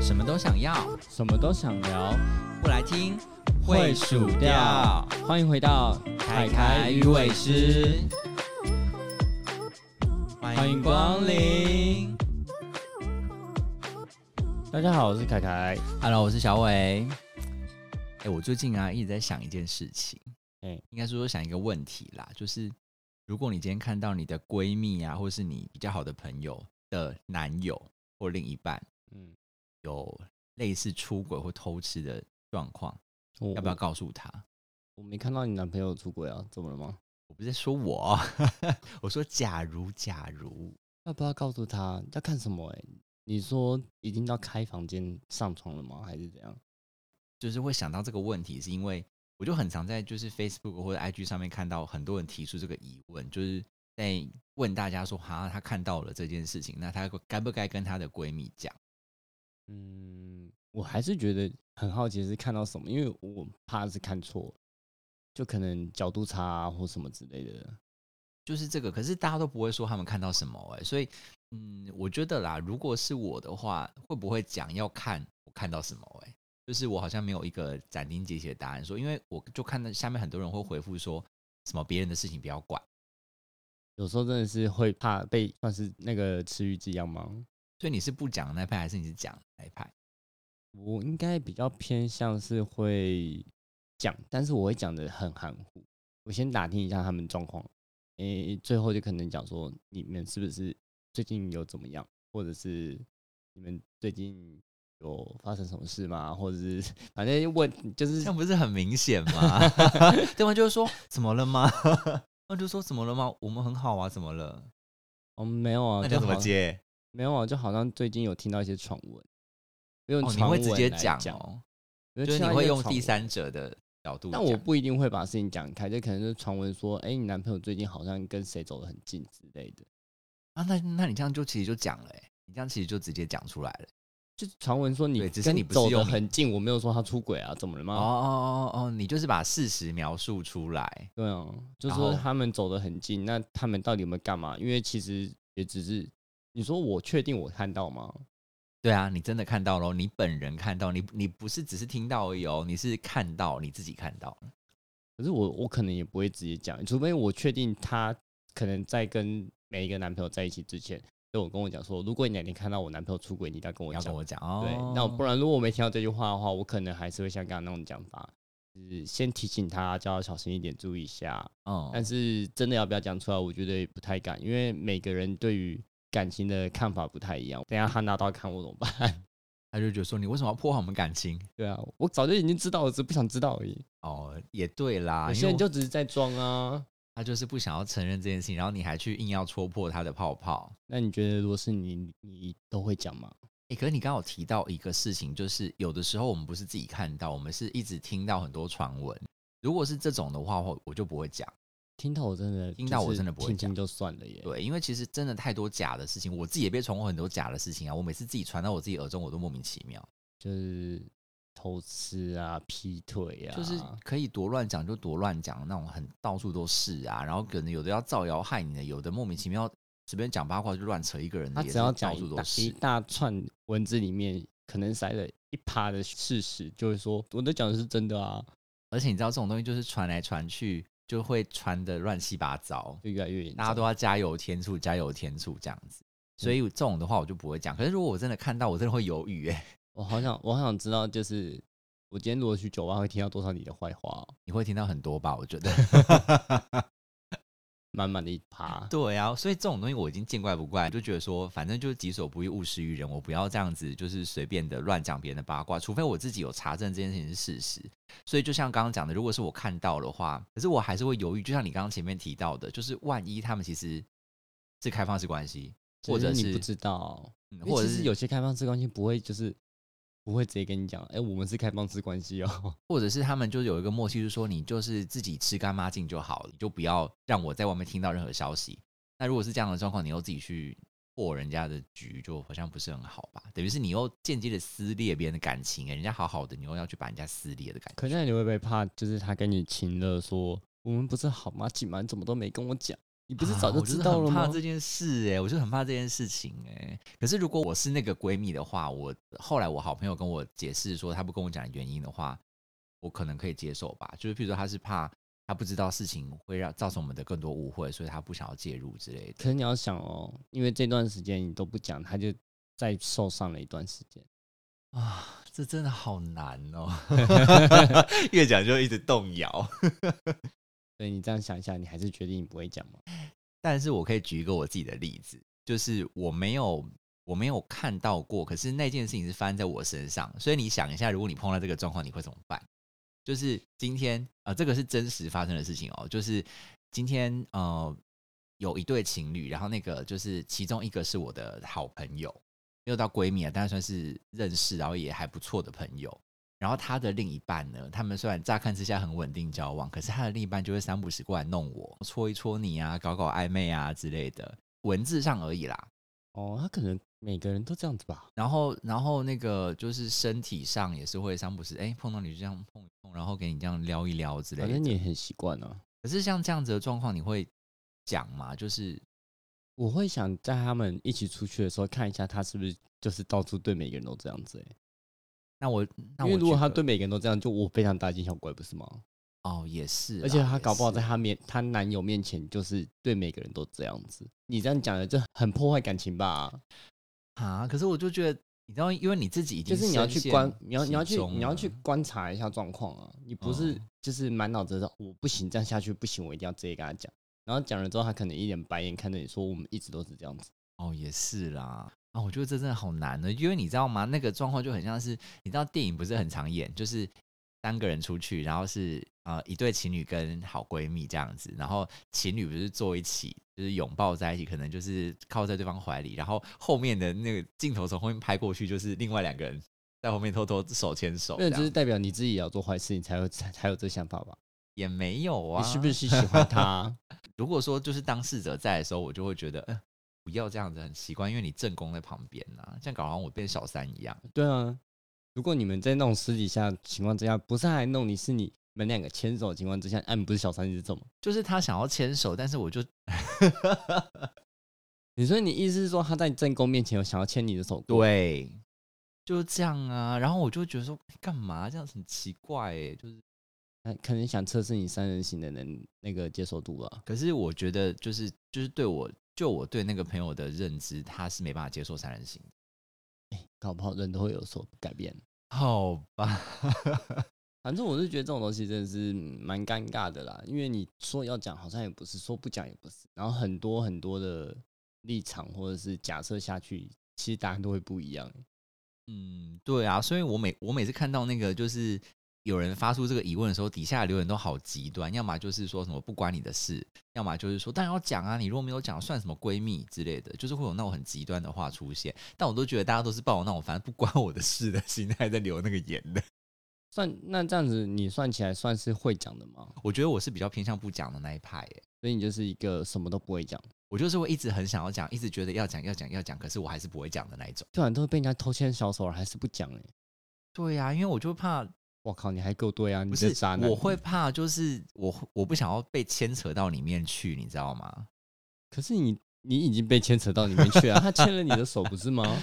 什么都想要，什么都想聊，不来听会数掉。欢迎回到凯凯与伟师，欢迎光临。大家好，我是凯凯。 Hello，我是小伟。哎、我最近啊一直在想一件事情，嗯应该是说想一个问题啦，就是如果你今天看到你的闺蜜啊，或是你比较好的朋友的男友或另一半嗯，有类似出轨或偷吃的状况，我要不要告诉他？我没看到你男朋友出轨啊？怎么了吗？我不是在说我， 我说假如假如，要不要告诉他要看什么、欸？你说已经到开房间上床了吗？还是怎样？就是会想到这个问题，是因为我就很常在就是 Facebook 或者 IG 上面看到很多人提出这个疑问，就是在问大家说，哈，她看到了这件事情，那她该不该跟她的闺蜜讲？嗯，我还是觉得很好奇是看到什么，因为我怕是看错，就可能角度差、啊、或什么之类的。就是这个，可是大家都不会说他们看到什么、欸，所以，嗯，我觉得啦，如果是我的话，会不会讲要看我看到什么、欸？就是我好像没有一个斩钉截铁的答案说，因为我就看到下面很多人会回复说什么别人的事情不要管。有时候真的是会怕被算是那个吃鱼一样吗？所以你是不讲的那一派，还是你是讲的那一派？我应该比较偏向是会讲，但是我会讲的很含糊。我先打听一下他们状况，诶、最后就可能讲说你们是不是最近有怎么样，或者是你们最近有发生什么事吗？或者是反正问就是这样不是很明显吗？ 对方就会说怎么了吗？ 那就说怎么了吗？我们很好啊，怎么了？哦没有啊，那你就要怎么好接？没有啊，就好像最近有听到一些传闻，用哦，你传会闻直接来讲讲，哦，就就是你会用第三者的角度讲。但我不一定会把事情讲开，就可能是传闻说，哎、你男朋友最近好像跟谁走得很近之类的，啊，那那你这样就其实就讲了、欸，你这样其实就直接讲出来了。就是传闻说你对只是跟你不是走得用你很近，我没有说他出轨啊，怎么了哦吗？哦哦哦，你就是把事实描述出来。对啊，就然说后他们走得很近，那他们到底有没有干嘛？因为其实也只是你说我确定我看到吗？对啊，你真的看到喽，你本人看到，你你不是只是听到而已哦，你是看到你自己看到。可是我我可能也不会直接讲，除非我确定他可能在跟每一个男朋友在一起之前，对我跟我讲说，如果你哪天看到我男朋友出轨，你一定要跟我你要讲跟。我讲哦，对，那我不然如果我没听到这句话的话，我可能还是会像刚刚那种讲法，就是先提醒他，叫他小心一点，注意一下。嗯，但是真的要不要讲出来，我觉得也不太敢，因为每个人对于感情的看法不太一样。等一下他拿刀砍我怎么办？ 他就觉得说你为什么要破坏我们感情？对啊，我早就已经知道，我只是不想知道而已。哦，也对啦，有因些为人我就只是在装啊。他就是不想要承认这件事情，然后你还去硬要戳破他的泡泡。那你觉得，如果是你，你都会讲吗？诶，可是你刚好提到一个事情，就是有的时候我们不是自己看到，我们是一直听到很多传闻。如果是这种的话，我我就不会讲。听到我真的，听到我就是真的不会听讲听就算了耶。对，因为其实真的太多假的事情，我自己也被传过很多假的事情啊。我每次自己传到我自己耳中，我都莫名其妙。就是偷吃啊、劈腿啊，就是可以多乱讲就多乱讲，那种很到处都是啊。然后可能有的要造谣害你的，有的莫名其妙随便讲八卦就乱扯一个人的，他也只是要到讲处一都大一是。大串文字里面，可能塞了一趴的事实，就会说我都讲的是真的啊，而且你知道这种东西就是传来传去，就会传的乱七八糟，就越来越严重。大家都要加油添醋，加油添醋这样子。嗯所以这种的话我就不会讲。可是如果我真的看到，我真的会犹豫、欸。哎，我好想，我好想知道，就是我今天如果去酒吧，会听到多少你的坏话哦、 你会听到很多吧？我觉得。满满的一趴。对啊，所以这种东西我已经见怪不怪，就觉得说，反正就是己所不欲，勿施于人。我不要这样子，就是随便的乱讲别人的八卦，除非我自己有查证这件事情是事实。所以就像刚刚讲的，如果是我看到的话，可是我还是会犹豫。就像你刚刚前面提到的，就是万一他们其实是开放式关系，只或者你是不知道，哦嗯因为或者其实是有些开放式关系不会就是不会直接跟你讲，哎、我们是开放式关系哦。 或者是他们就有一个默契，就是说你就是自己吃干抹净就好，你就不要让我在外面听到任何消息。那如果是这样的状况，你又自己去破人家的局，就好像不是很好吧？等于是你又间接的撕裂别人的感情、欸，人家好好的，你又要去把人家撕裂的感可觉。那你会不会怕，就是他跟你亲热说我们不是好吗？锦你怎么都没跟我讲？你不是早啊就我知是道了很吗？怕这件事哎、我就很怕这件事情哎、可是如果我是那个闺蜜的话，我后来我好朋友跟我解释说，她不跟我讲原因的话，我可能可以接受吧。就是譬如说，她是怕她不知道事情会让造成我们的更多误会，所以她不想要介入之类的。可是你要想哦，因为这段时间你都不讲，他就再受伤了一段时间。啊，这真的好难哦， 越讲就一直动摇。所以你这样想一下，你还是决定你不会讲吗？哎但是我可以举一个我自己的例子，就是我没有我没有看到过，可是那件事情是发生在我身上，所以你想一下，如果你碰到这个状况，你会怎么办？就是今天呃，这个是真实发生的事情哦，就是今天呃有一对情侣，然后那个就是其中一个是我的好朋友，没有到闺蜜啊，但算是认识，然后也还不错的朋友。然后他的另一半呢，他们虽然乍看之下很稳定交往，可是他的另一半就会三不时过来弄我，戳一戳你啊，搞搞暧昧啊之类的，文字上而已啦。哦，他可能每个人都这样子吧。然后，然后那个就是身体上也是会三不时，哎，碰到你就这样碰一碰，然后给你这样撩一撩之类反的。正你也很习惯啊。可是像这样子的状况，你会讲吗？就是我会想在他们一起出去的时候看一下，他是不是就是到处对每个人都这样子、欸。那我，那因我为如果觉他得对每个人都这样，就我非常大惊小怪，不是吗？哦也是啦，而且她搞不好也在是她面她男友面前，就是对每个人都这样子。你这样讲的，就很破坏感情吧？啊，可是我就觉得。你知道，因为你自己已经就是你要去深陷观，你要其你要去中你要了去观察一下状况啊！你不是嗯就是满脑子的我不行，这样下去不行，我一定要直接跟他讲。然后讲了之后，他可能一脸白眼看着你说：“我们一直都是这样子。哦，也是啦。啊，我觉得这真的好难的，因为你知道吗？那个状况就很像是，你知道电影不是很常演，就是三个人出去，然后是呃一对情侣跟好闺蜜这样子，然后情侣不是坐一起，就是拥抱在一起，可能就是靠在对方怀里，然后后面的那个镜头从后面拍过去，就是另外两个人在后面偷偷手牵”手哦这那样，就是代表你自己也要做坏事，你才会才才有这想法吧？也没有啊。你是不是喜 欢他？啊如果说就是当事者在的时候，我就会觉得，呃，不要这样子很奇怪，因为你正宫在旁边啊，这样搞得好像我变小三一样。对啊，如果你们在那种私底下的情况之下，不是还弄你，是你们两个牵手的情况之下，哎、你不是小三你是怎么？就是他想要牵手，但是我就你说你意思是说他在正宫面前有想要牵你的手过？，对，就是这样啊。然后我就觉得说，干嘛这样很奇怪哎、就是，他可能想测试你三人行的能那个接受度啊吧。可是我觉得就是就是对我就我对那个朋友的认知，他是没办法接受三人行的。搞不好人都会有所改变。好吧，反正我是觉得这种东西真的是嗯蛮尴尬的啦，因为你说要讲好像也不是，说不讲也不是，然后很多很多的立场或者是假设下去，其实答案都会不一样。嗯，对啊，所以我每我每次看到那个就是有人发出这个疑问的时候，底下留言都好极端，要么就是说什么不关你的事，要么就是说当然要讲啊，你如果没有讲，算什么闺蜜之类的，就是会有那种很极端的话出现。但我都觉得大家都是抱有那种反正不关我的事的心态在留那个言的。算那这样子，你算起来算是会讲的吗？我觉得我是比较偏向不讲的那一派，耶，所以你就是一个什么都不会讲，我就是会一直很想要讲，一直觉得要讲要讲要讲，可是我还是不会讲的那一种。突然都被人家偷牵小手了，还是不讲哎、对啊呀、因为我就怕我靠，你还够对啊！你不这是渣男，我会怕，就是我我不想要被牵扯到里面去，你知道吗？可是你你已经被牵扯到里面去了，他牵了你的手不是 吗？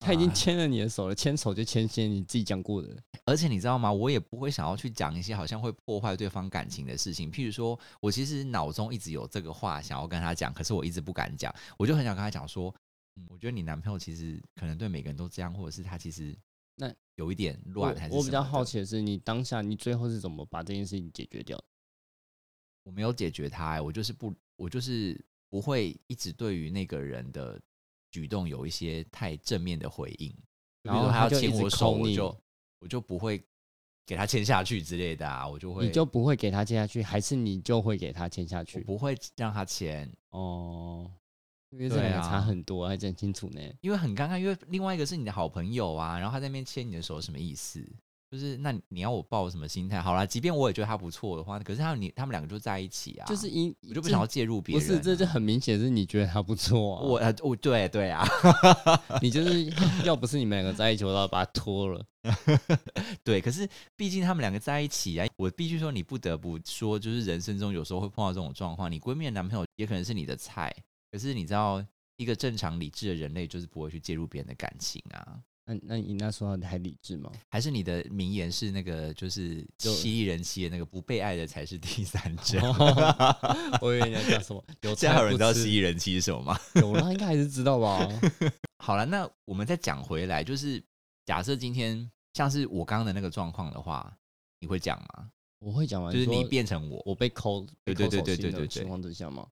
他已经啊牵了你的手了，牵手就牵些你自己讲过的。而且你知道吗？我也不会想要去讲一些好像会破坏对方感情的事情。譬如说，我其实脑中一直有这个话想要跟他讲，可是我一直不敢讲。我就很想跟他讲说，嗯，我觉得你男朋友其实可能对每个人都这样，或者是他其实那有一点我乱，还是我比较什么的好，奇的是，你当下你最后是怎么把这件事情解决掉的？我没有解决他、欸我就是不，我就是不会一直对于那个人的举动有一些太正面的回应。比然如后说他他要就一牵直我手，抠我你就我就不会给他牵下去之类的啊，我就会你就不会给他牵下去，还是你就会给他牵下我去？不会让他牵。哦，因为这对两个啊差很多，还真清楚呢。啊因为很尴尬，因为另外一个是你的好朋友啊，然后他在那边牵你的手，什么意思？就是那你要我抱什么心态？好啦，即便我也觉得他不错的话，可是他你他们两个就在一起啊，就是因我就不这想要介入别不人啊、是，这就很明显是你觉得他不错啊。我呃我对对啊，你就是要不是你们两个在一起，我都要把他脱了。对，可是毕竟他们两个在一起啊，我必须说，你不得不说，就是人生中有时候会碰到这种状况，你闺蜜的男朋友也可能是你的菜，可是你知道，一个正常理智的人类就是不会去介入别人的感情啊。那那你那时候还理 智吗？还是你的名言是那个，就是就犀利人妻的那个，不被爱的才是第三者。我以为你要讲什 么，有现在还有菜人哦不知道吃犀利人妻是什么吗？有啦，应该还是知道吧？ 好了，那我们再讲回来，就是假设今天像是我刚刚的那个状况的话，你会讲吗？我会讲完，就是你说变成我，我被抠，被对抠对手对心对的对对情况之下吗？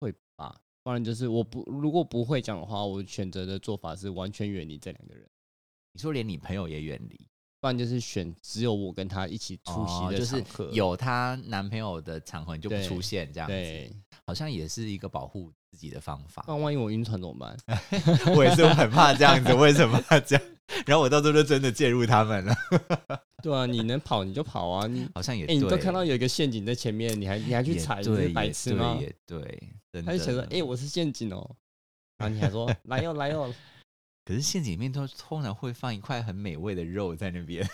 会吧，不然就是我不如果不会讲的话，我选择的做法是完全远离这两个人，你说连你朋友也远离。不然就是选只有我跟他一起出席哦的就是场合，有她男朋友的场合你就不对出现，这样子对，哦好像也是一个保护自己的方法不。然万一我晕船怎么办？我也是很怕这样子，我也是很怕这 样。然后我到时候就真的介入他们了，对啊，你能跑你就跑啊，你好像也哎、对。你都看到有一个陷阱在前面，你还你还去也踩，你对，是也白痴吗对？也对，真他就想说的。：“哎、我是陷阱哦、然后你还说：“来哟、来哟、可是陷阱里面都通常会放一块很美味的肉在那边，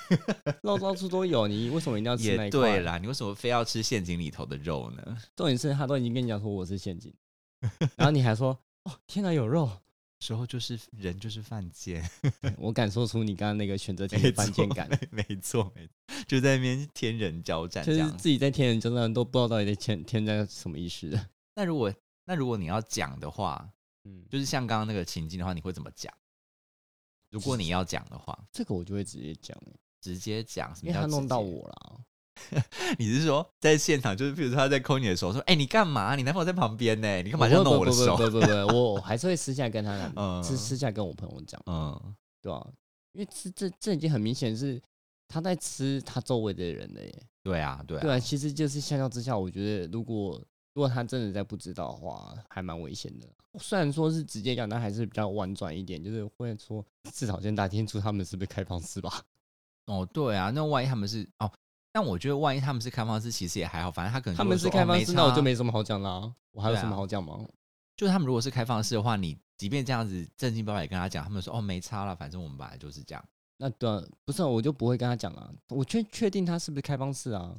肉到处都有，你为什么一定要吃那也一块？”对啦。你为什么非要吃陷阱里头的肉呢？重点是他都已经跟你讲说我是 陷阱，然后你还说哦天哪有肉，时候就是人就是犯贱，我感受出你刚刚那个选择题没的犯贱错 感，没错，没错，就在那边天人交战这就是样。自己在天人交战都不知道到底在天天在什么意思的。那如果那如果你要讲的话，嗯，就是像刚刚那个情境的话，你会怎么讲？如果你要讲的话，这个我就会直接讲、欸，直接讲，什因么为叫他直弄到接？我了，你是说在现场，就是比如说他在抠你的手，说：“哎、你干嘛？你男朋友在旁边呢，你干嘛我要会弄不我的不手不不不不，我我还是会私下跟他讲， 嗯是私下跟我朋友讲？”，嗯，对啊，因为这这这已经很明显是他在吃他周围的人了耶。对啊，对啊，对啊，其实就是相较之下，我觉得如果如果他真的在不知道的话，还蛮危险的。虽然说是直接讲，但还是比较婉转一点，就是会说至少先打听出他们是不是开放式吧。哦，对啊。那万一他们是哦，但我觉得万一他们是开放式，其实也还好，反正他可能他就们会是说开哦放式，那我差就没什么好讲啦、我还有对啊什么好讲吗？就是他们如果是开放式的话，你即便这样子正经八百跟他讲，他们说：“哦，没差啦，反正我们本来就是这样。”那对、啊，不是啊、我就不会跟他讲啦、我确确定他是不是开放式啊？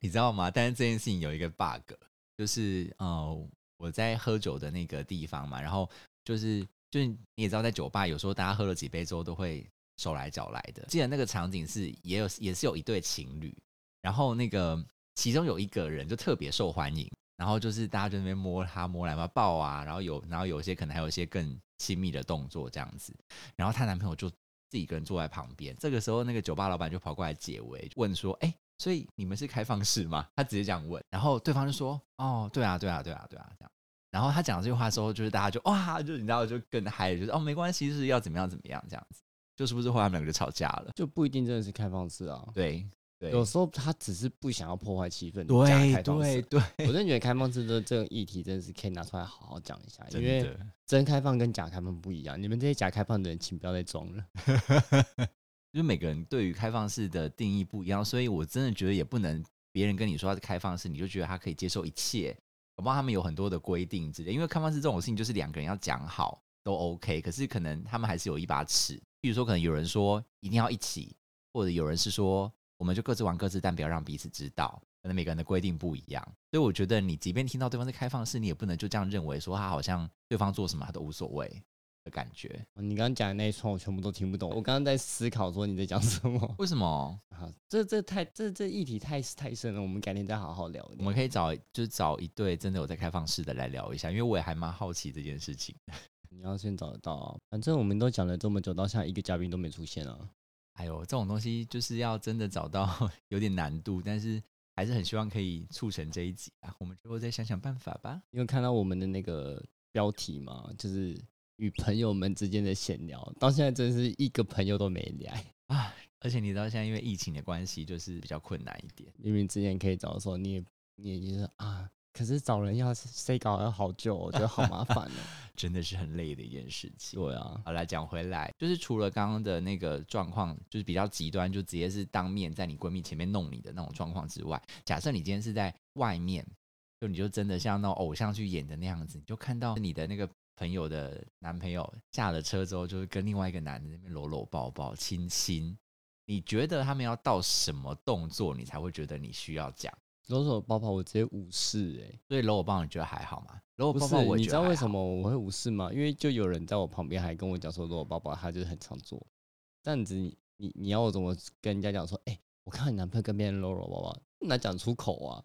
你知道吗？但是这件事情有一个 bug，就是呃，我在喝酒的那个地方嘛，然后就是就是你也知道，在酒吧有时候大家喝了几杯之后都会手来脚来的。记得那个场景是也有也是有一对情侣，然后那个其中有一个人就特别受欢迎，然后就是大家就在那边摸他摸来嘛抱啊，然后有然后有一些可能还有一些更亲密的动作这样子，然后她男朋友就。自己一个人坐在旁边，这个时候那个酒吧老板就跑过来解围，问说：“哎、所以你们是开放式吗？他直接这样问，然后对方就说：“哦，对啊，对啊，对啊，对啊，这样。”然后他讲这句话之后，就是大家就哇，就你知道就更嗨，就是哦，没关系，就是要怎么样怎么样这样子，就是不是后来他们两个就吵架了？就不一定真的是开放式啊。对，对，有时候他只是不想要破坏气氛，假对，开放式对，对，我真的觉得开放式的这个议题真的是可以拿出来好好讲一下，真因为的。真开放跟假开放不一样。你们这些假开放的人，请不要再装了。就是每个人对于开放式的定义不一样，所以我真的觉得也不能别人跟你说他是开放式，你就觉得他可以接受一切。我不知道他们有很多的规定之类，因为开放式这种事情就是两个人要讲好都 OK，可是可能他们还是有一把尺。比如说，可能有人说一定要一起，或者有人是说我们就各自玩各自，但不要让彼此知道。可能每个人的规定不一样，所以我觉得你即便听到对方是开放式，你也不能就这样认为说他好像对方做什么他都无所谓的感觉。你刚刚讲的那一串，我全部都听不懂。我刚刚在思考说你在讲什么 为什么？啊？这这太这这议题太太深了，我们改天再好好聊。我们可以找就是找一对真的有在开放式的来聊一下，因为我也还蛮好奇这件事情。你要先找得到、啊，反正我们都讲了这么久，到现在一个嘉宾都没出现啊。哎呦，这种东西就是要真的找到 有点难度，但是还是很希望可以促成这一集啊。我们之后再想想办法吧。你有看到我们的那个标题吗？就是与朋友们之间的闲聊，到现在真是一个朋友都没来。啊，而且你知道现在因为疫情的关系，就是比较困难一点。明明之前可以找的时候，你也你也就是啊，可是找人要 say 稿要好久、哦，我觉得好麻烦哦。 真的是很累的一件事情。对啊，好来讲回来，就是除了刚刚的那个状况，就是比较极端，就直接是当面在你闺蜜前面弄你的那种状况之外，假设你今天是在外面，就你就真的像那种偶像剧演的那样子，你就看到你的那个朋友的男朋友下了车之后，就是跟另外一个男的那边搂搂抱抱、亲亲，你觉得他们要到什么动作，你才会觉得你需要讲？搂手抱抱我直接无视哎、所以搂我抱你觉得还好吗？搂我不抱是哦抱，我你也知觉得道还为什好？么我会无视吗？因为就有人在我旁边还跟我讲说，如果抱抱，他就是很常做。这样子你，你你要我怎么跟人家讲说，哎、我看到你男朋友跟别人搂搂抱抱，哪讲出口啊？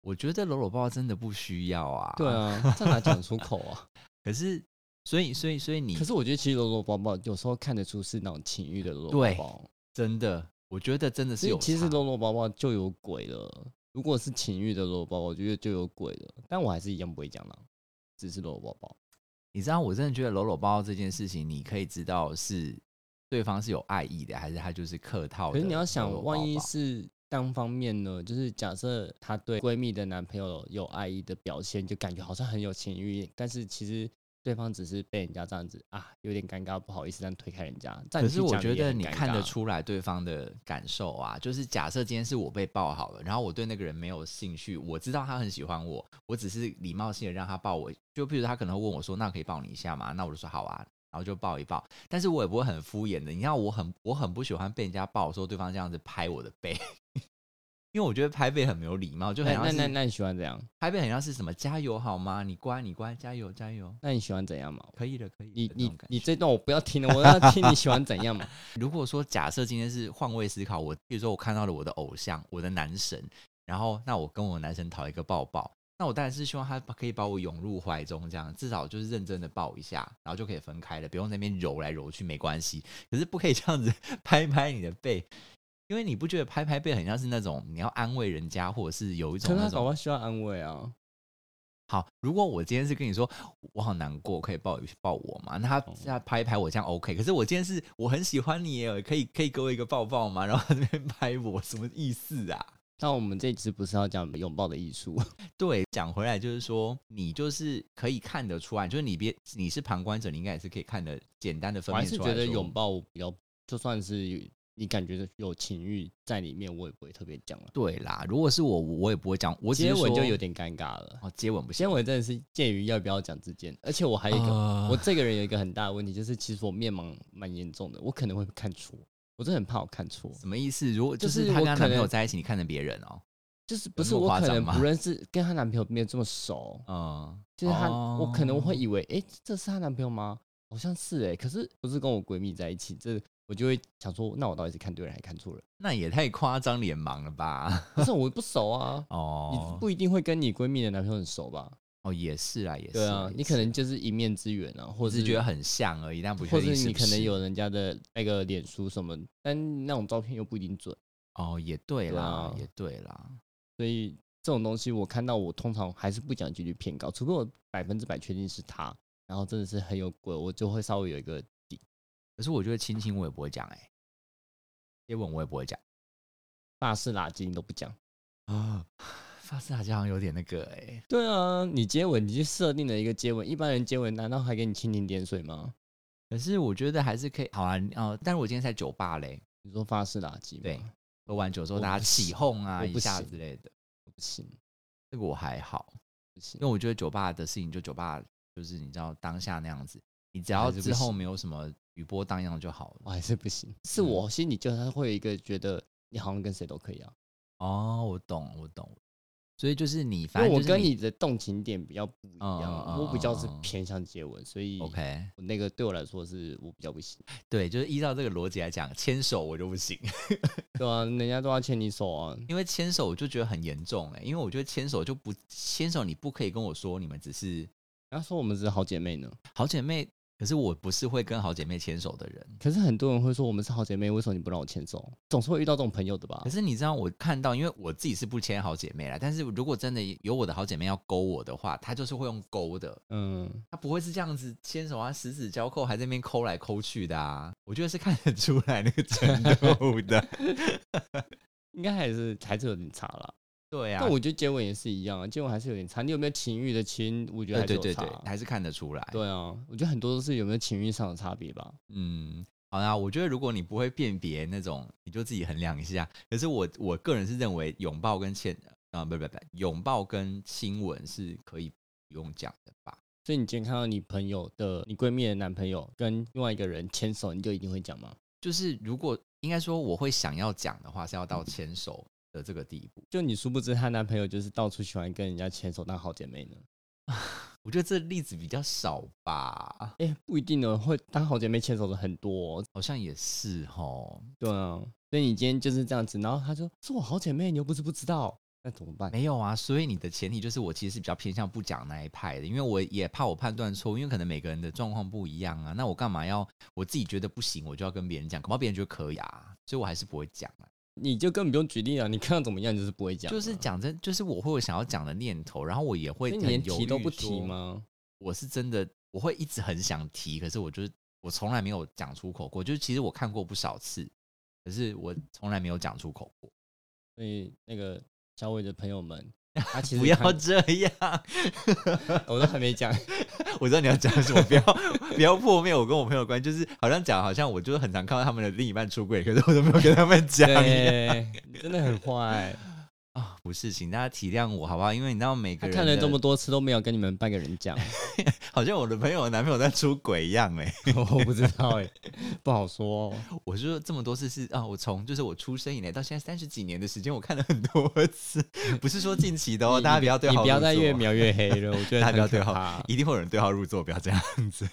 我觉得搂搂抱抱真的不需要啊。对啊，这哪讲出口啊？可是，所以，所以，所以 你可是我觉得其实搂搂抱抱有时候看得出是那种情欲的搂搂抱对抱，真的，我觉得真的是所以有。其实搂，搂抱抱就有鬼了。如果是情欲的搂搂抱抱，我觉得就有鬼了。但我还是一样不会讲啦，只是搂搂抱抱。你知道，我真的觉得搂搂抱抱这件事情，你可以知道是对方是有爱意的，还是他就是客套的。可是你要想，万一是单方面呢？就是假设她对闺蜜的男朋友有爱意的表现，就感觉好像很有情欲，但是其实对方只是被人家这样子啊，有点尴尬，不好意思，但推开人家。这可样你去是我讲觉也得很你尴看得尬，出来对方的感受啊，就是假设今天是我被抱好了，然后我对那个人没有兴趣，我知道他很喜欢我，我只是礼貌性的让他抱我，就譬如他可能会问我说：“那可以抱你一下吗？”那我就说：“好啊。”然后就抱一抱，但是我也不会很敷衍的。你看，我很我很不喜欢被人家抱，说对方这样子拍我的背， 因为我觉得拍背很没有礼貌，就很那那像那是那你喜欢怎样？拍背很像是什么加油好吗？你乖，你乖，加油加油，那你喜欢怎样嘛？可以的，可以的你那你种感你觉这段我不要听 了，我要听你喜欢怎样嘛？如果说假设今天是换位思考，我比如说我看到了我的偶像，我的男神，然后那我跟我男神讨一个抱抱，那我当然是希望他把可以把我拥入怀中，这样至少就是认真的抱一下，然后就可以分开了，不用在那边揉来揉去，没关系。可是不可以这样子 拍拍你的背，因为你不觉得拍拍背很像是那种你要安慰人家，或者是有一可种是那他搞种不好需要安慰啊。好。如果我今天是跟你说我好难过，可以抱抱我吗？那他哦他拍一拍我这样 OK，可是我今天是我很喜欢你耶，可以可以给我一个抱抱吗？然 后他那边拍我，什么意思啊？但我们这一集不是要讲拥抱的艺术，对，讲回来就是说，你就是可以看得出来，就是你别你是旁观者，你应该也是可以看得简单的我分还辨是出来觉得说拥抱比较，就算是你感觉有情欲在里面，我也不会特别讲了。对啦。如果是我，我也不会讲，我只接是吻就说有点尴尬了，哦，接吻不接行，吻真的是介于要不要讲之间，而且我还有一个，呃我这个人有一个很大的问题，就是其实我面盲蛮严重的，我可能会看错，我真的很怕我看错，什么意思？如果就就是是他我跟他可男朋友能在一起，你看着别人哦，就是不是有那么我夸可张能吗不认识，跟她男朋友没有这么熟，嗯，就是她，我可能哦会以为，诶，这是她男朋友吗？好像是诶，可是不是跟我闺蜜在一起，这我就会想说，那我到底是看对人还是看错人？ 那也太夸张脸盲了吧？可是我不熟啊，哦你，不一定会跟你闺蜜的男朋友很熟吧？哦，也是啦，也是对啦。啊，也你可是能就是一面之缘啊，或我者只是是觉得，很像而已，但不确或定者是你不可能是有人家的那个脸书什么，但那种照片又不一定准，哦，也对对啦啊，也对啦。所以这种东西我看到我通常还是不讲几率偏高，除非我百分之百确定是他，然后真的是很有鬼，我就会稍微有一个可是我觉得亲亲我也不会讲哎、接吻我也不会讲发式拉筋都不讲。啊。 发丝好像有点那个哎、对啊，你接吻你就设定了一个接吻，一般人接吻难道还给你蜻蜓点水吗？可是我觉得还是可以好啊哦。但是我今天在酒吧嘞，你说发式拉筋吗对喝完酒之后我大家不起行哄啊我一不下行之类的，不行这个我还好，不行因为，我觉得酒吧的事情就酒吧，就是你知道当下那样子，你只要还是不之后行没有什么余波荡漾就好了。我还是不行。是嗯我心里就是会有一个觉得你好像跟谁都可以啊，哦，我懂，我懂。所以就是你，因反为正我就是跟你的动情点比较不一嗯嗯样，嗯我比较是嗯嗯偏向接吻，所以 OK，我那个对我来说是我比较不行。对，就是依照这个逻辑来讲，牵手我就不行， 对啊，人家都要牵你手啊，因为牵手我就觉得很严重哎、因为我觉得牵手就不牵手，你不可以跟我说你们只是人家说我们是好姐妹呢，好姐妹，可是我不是会跟好姐妹牵手的人。可是很多人会说我们是好姐妹，为什么你不让我牵手？总是会遇到这种朋友的吧可？是你知道，我看到，因为我自己是不牵好姐妹啦，但是如果真的有我的好姐妹要勾我的话，她就是会用勾的，嗯，她不会是这样子牵手啊，十指交扣，还在那边抠来抠去的啊。我觉得是看得出来那个程度的。 应该还是还是有点差啦。对啊但，我觉得结尾也是一样啊，结尾还是有点差。你有没有情欲的亲？我觉得对对还是有对差对，啊。还是看得出来。对啊，我觉得很多都是有没有情欲上的差别吧。嗯，好啦，我觉得如果你不会辨别那种，你就自己衡量一下。可是我我个人是认为拥抱跟亲啊、不不不，拥抱跟亲吻是可以不用讲的吧？所以你今天看到你朋友的你闺蜜的男朋友跟另外一个人牵手，你就一定会讲吗？就是如果应该说我会想要讲的话，是要嗯到牵手的这个地步。就你殊不知她男朋友就是到处喜欢跟人家牵手当好姐妹呢。我觉得这例子比较少吧，哎、不一定呢，会当好姐妹牵手的很多哦、好像也是哦。对啊，所以你今天就是这样子，然后她说是我好姐妹，你又不是不知道，那怎么办？没有啊，所以你的前提就是我其实是比较偏向不讲那一派的，因为我也怕我判断错误，因为可能每个人的状况不一样啊。那我干嘛要我自己觉得不行，我就要跟别人讲，恐怕别人觉得可以啊，所以我还是不会讲啊。你就根本不用举例啊，你看到怎么样你就是不会讲啊，就是讲真，就是我会有想要讲的念头，然后我也会所以很你连犹提都豫不提说？吗？我是真的，我会一直很想提，可是我就是我从来没有讲出口过。就是其实我看过不少次，可是我从来没有讲出口过。所以那个小伟的朋友们，他其实不要看这样。我都还 没讲，我知道你要讲什么，不要不要破灭我跟我朋友的关系，就是好像讲好像我就是很常看到他们的另一半出轨，可是我都没有跟他们讲一样对，你真的很坏。啊。不是，请大家体谅我好不好？因为你知道每个他人看了的这么多次都没有跟你们半个人讲，好像我的朋友的男朋友在出轨一样哎、 我不知道哎、 不好说、哦。我是说这么多次是啊，我从就是我出生以来到现在三十几年的时间，我看了很多次，不是说近期的哦，你大家不要对你号入座，不要再越描越黑了，我觉得 大家不要很可对号怕。一定会有人对号入座，不要这样子。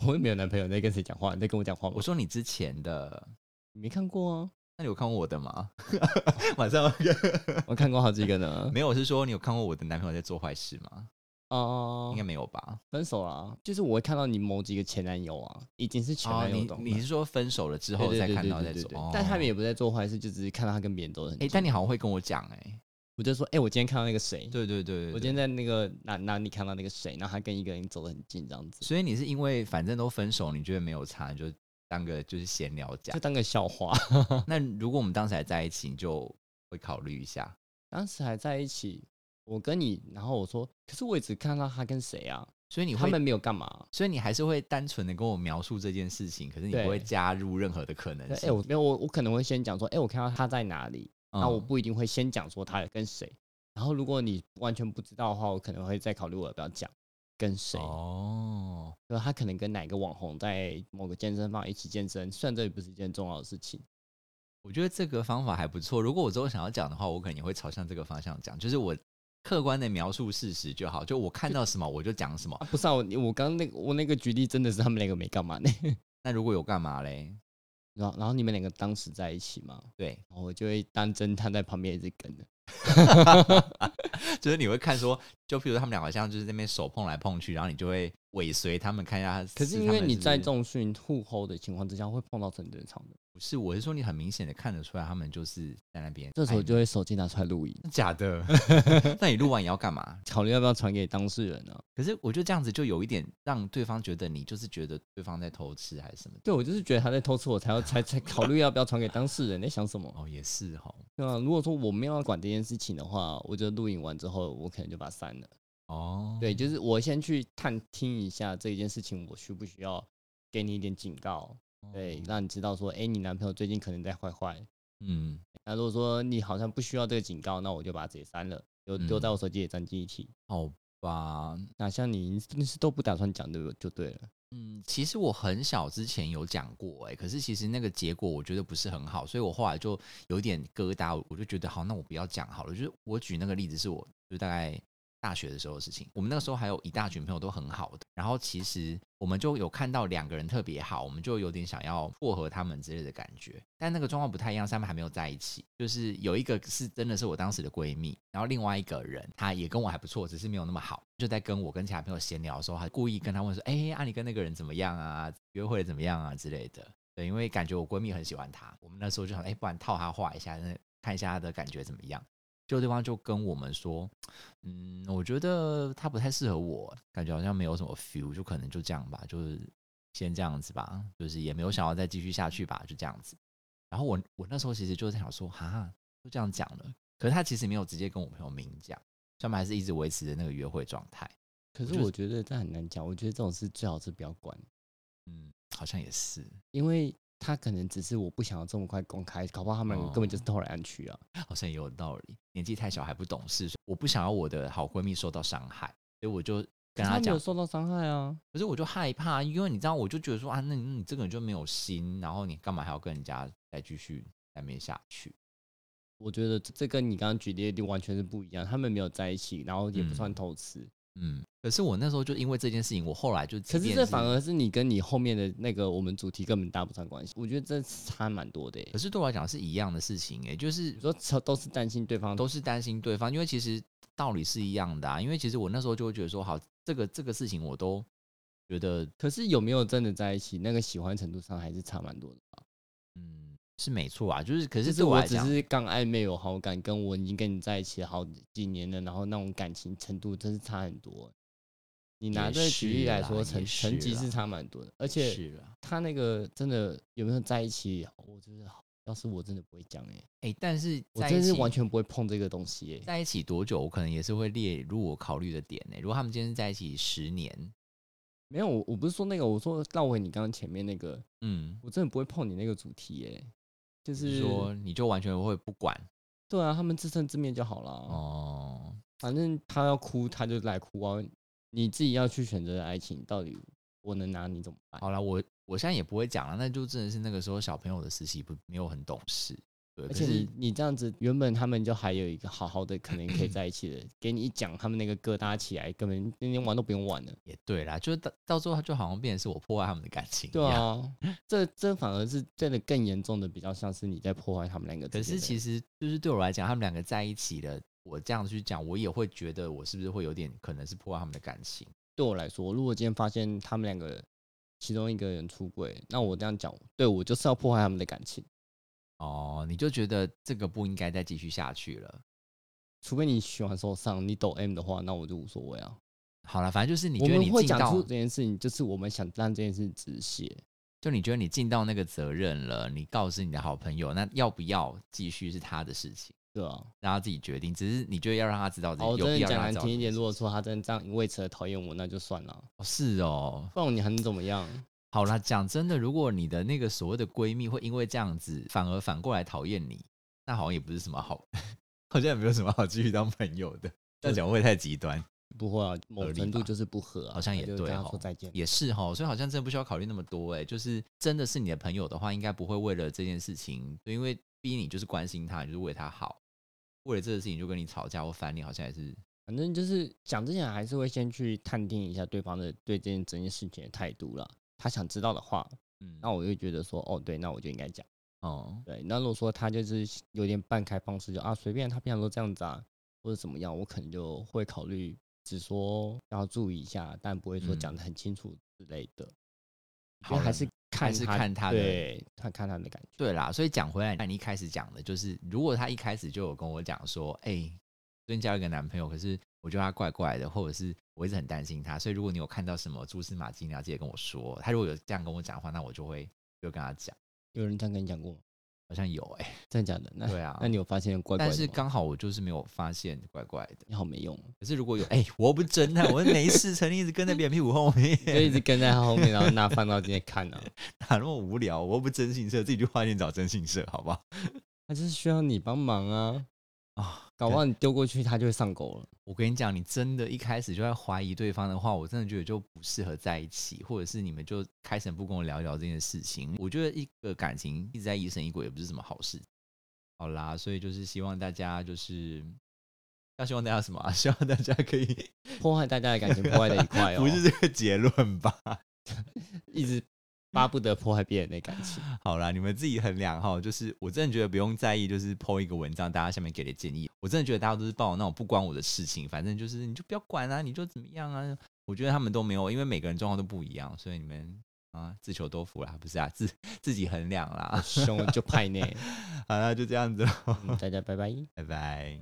我又没有男朋友，你在跟谁讲话？你在跟我讲话吗？我说你之前的，你没看过啊，那你有看过我的吗？ 晚上我看过好几个呢。没有，我是说你有看过我的男朋友在做坏事吗？哦应该，没有吧？分手了啊，就是我会看到你某几个前男友啊，已经是前男友哦你懂你是说分手了之后再看到再做？哦但他们也不在做坏事，就只是看到他跟别人走得很哎、近。但你好像会跟我讲哎、我就说，哎、我今天看到那个谁，对对对对我对今天在那个哪哪里看到那个谁，然后他跟一个人走得很近，这样子，所以你是因为反正都分手，你觉得没有差，你就当个就是闲聊讲就。当个笑话。那如果我们当时还在一起，你就会考虑一下。当时还在一起，我跟你，然后我说，可是我也只看到他跟谁啊，所以你他会，们没有干嘛。所以你还是会单纯的跟我描述这件事情，可是你对不会加入任何的可能对哎、性。我没有，我我可能会先讲说，哎、我看到他在哪里，嗯那、我不一定会先讲说他跟谁。然后如果你完全不知道的话，我可能会再考虑我要不要讲跟谁，哦，就是他可能跟哪个网红在某个健身房一起健身，虽然这也不是一件重要的事情。我觉得这个方法还不错。如果我之后想要讲的话，我可能也会朝向这个方向讲，就是我客观的描述事实就好，就我看到什么我就讲什么啊。，不是啊，我我刚刚那个我那个举例真的是他们两个没干嘛呢。 那如果有干嘛嘞？然后然后你们两个当时在一起嘛，对， 然后我就会当侦探在旁边一直跟着。就是你会看说，就比如他们两个像就是在那边手碰来碰去，然后你就会尾随他们看一下他。可是他因为们你不在是重训互吼的情况之下，会碰到很正常的。不是，我是说你很明显的看得出来，他们就是在那边。这时候哎就会手机拿出来录音，真的假的？ 那你录完也要干嘛？考虑要不要传给当事人呢、啊？可是我觉得这样子就有一点让对方觉得你就是觉得对方在偷吃还是什么的。对我就是觉得他在偷吃，我才要才才考虑要不要传给当事人。在想什么？啊哦，也是哦。对啊，如果说我没有要管这件事情的话，我就录影完之后，我可能就把它删了。哦，对，就是我先去探听一下这件事情，我需不需要给你一点警告？哦对，让你知道说，哎、你男朋友最近可能在坏坏。嗯，那如果说你好像不需要这个警告，那我就把它直接删了，丢丢嗯在我手机里占记忆体。好吧，那像你你是都不打算讲对不就对了。嗯，其实我很小之前有讲过、欸，哎，可是其实那个结果我觉得不是很好，所以我后来就有点疙瘩，我就觉得好，那我不要讲好了。就是我举那个例子，是我就是大概大学的时候的事情，我们那个时候还有一大群朋友都很好的，然后其实我们就有看到两个人特别好，我们就有点想要撮合他们之类的感觉，但那个状况不太一样，是他们还没有在一起，就是有一个是真的是我当时的闺蜜，然后另外一个人她也跟我还不错，只是没有那么好，就在跟我跟其他朋友闲聊的时候，还故意跟他问说，哎、啊你跟那个人怎么样啊，约会怎么样啊之类的，对，因为感觉我闺蜜很喜欢他，我们那时候就想，哎、不然套他话一下，那看一下他的感觉怎么样。就对方就跟我们说，嗯，我觉得他不太适合我，感觉好像没有什么 feel，就可能就这样吧，就是先这样子吧，就是也没有想要再继续下去吧，就这样子。然后我我那时候其实就在想说，哈，就这样讲了，可是他其实没有直接跟我朋友明讲，所以他们还是一直维持着那个约会状态。可就是是我觉得这很难讲，我觉得这种事最好是不要管，嗯，好像也是，因为他可能只是我不想要这么快公开，搞不好他们两个根本哦就是偷来暗去啊。好像也有道理。年纪太小还不懂事，所以我不想要我的好闺蜜受到伤害，所以我就可跟是他她没讲有，受到伤害啊，可是我就害怕，因为你知道，我就觉得说啊，那你你这个人就没有心，然后你干嘛还要跟人家再继续在那边下去？我觉得这这跟你刚刚举例的完全是不一样，他们没有在一起，然后也不嗯算偷吃。嗯，可是我那时候就因为这件事情，我后来就即可是便这反而是你跟你后面的那个我们主题根本搭不上关系，我觉得这差蛮多的、欸可。是对我来讲是一样的事情、欸，就是你说都都是担心对方，都是担心对方，因为其实道理是一样的啊。因为其实我那时候就会觉得说，好，这个这个事情我都觉得，可是有没有真的在一起，那个喜欢程度上还是差蛮多的吧。嗯，是没错啊。就是可就是是对我来只讲，是刚暧昧有好感，跟我已经跟你在一起好几年了，然后那种感情程度真是差很多欸、你拿也这个举例是来啦说，也成是成绩啦是差蛮多的，而且是啊，他那个真的有没有在一起，我就是要是我真的不会讲哎、哎、但是我在真一的是起完全不会碰这个东西哎、在一起多久，我可能也是会列入我考虑的点呢、如果他们今天在一起十年，没有，我我不是说那个，我说绕回你刚刚前面那个，嗯，我真的不会碰你那个主题耶、就就是说你就完全会不管对啊，他们自生自灭就好了。哦。反正他要哭，他就来哭啊。你自己要去选择的爱情，到底我能拿你怎么办？好了，我我现在也不会讲了，那就真的是那个时候小朋友的实习不没有很懂事，对，而可且是你你这样子，原本他们就还有一个好好的，可能可以在一起的，给你一讲，他们那个疙瘩起来，根本连连玩都不用玩了。也对啦，就是到到最后就好像变成是我破坏他们的感情一对样。啊，这这反而是真的更严重的，比较像是你在破坏他们两个之可间的。是其实就是对我来讲，他们两个在一起了，我这样去讲，我也会觉得我是不是会有点可能是破坏他们的感情？对我来说，如果今天发现他们两个其中一个人出轨，那我这样讲，对我就是要破坏他们的感情，哦，你就觉得这个不应该再继续下去了。除非你喜欢受伤，你抖 M 的话，那我就无所谓啊。好了，反正就是你我觉得们你会尽讲到出这，件事情，就是我们想让这件事止血。就你觉得你尽到那个责任了，你告知你的好朋友，那要不要继续是他的事情，对啊，让他自己决定。只是你觉得要让他知道这好，个，我嗯有哦真必的要讲让他难知道听一这点，件如果事说他真的这样因为此而讨厌我，那就算了，哦是哦，不然你还能怎么样？好啦，讲真的，如果你的那个所谓的闺蜜会因为这样子反而反过来讨厌你，那好像也不是什么好， 好像也没有什么好继续当朋友的。这样讲会不会太极端，不会啊，某合理程度吧就是不合啊、好像也那就对跟他哦说再见。也是哈，所以好像真的不需要考虑那么多哎、就是真的是你的朋友的话，应该不会为了这件事情，因为逼你就是关心他，你就是为他好，为了这个事情就跟你吵架或翻脸，好像也是反正就是讲之前还是会先去探听一下对方的对这件整件事情的态度啦。他想知道的话，嗯那我就觉得说，哦，对，那我就应该讲。哦对，那如果说他就是有点半开放式，就啊随便，他平常都这样子啊，或者怎么样，我可能就会考虑只说要注意一下，但不会说讲嗯的很清楚之类的。因好为啦还是看是他看他的对，看看他的感觉。对啦，所以讲回来，那你一开始讲的就是，如果她一开始就有跟我讲说，哎、最近交了一个男朋友，可是我觉得他怪怪的，或者是我一直很担心他，所以如果你有看到什么蛛丝马迹，你要记得跟我说。他如果有这样跟我讲的话，那我就会就跟他讲，有人这样跟你讲过吗？好像有哎、真的假的？那对啊那你有发现怪怪的但吗？是刚好我就是没有发现怪怪的。你好没用哦， 可是如果有哎、我不是真 的，我是没事成，一直跟在别人屁股后面，就一直跟在他后面，然后拿放到今天看 啊。哪那么无聊？我又不真性社，自己去花店找真性社，好不好？他就是需要你帮忙啊，啊、搞不好你丢过去，他就会上钩了。我跟你讲，你真的一开始就在怀疑对方的话，我真的觉得就不适合在一起，或者是你们就开诚布公地聊一聊这件事情。我觉得一个感情一直在疑神疑鬼也不是什么好事。好啦，所以就是希望大家就是要希望大家什么、 啊？希望大家可以破坏大家的感情，破坏的一块 哦，不是这个结论吧？一直巴不得破坏别人的感情。好啦，你们自己衡量哈。就是我真的觉得不用在意，就是 PO 一个文章，大家下面给的建议，我真的觉得大家都是抱那种不关我的事情，反正就是你就不要管啊，你就怎么样啊。我觉得他们都没有，因为每个人状况都不一样，所以你们啊自求多福啦，不是啊，自自己衡量啦。 凶就派内。好啦，就这样子喽，嗯大家拜拜。拜拜。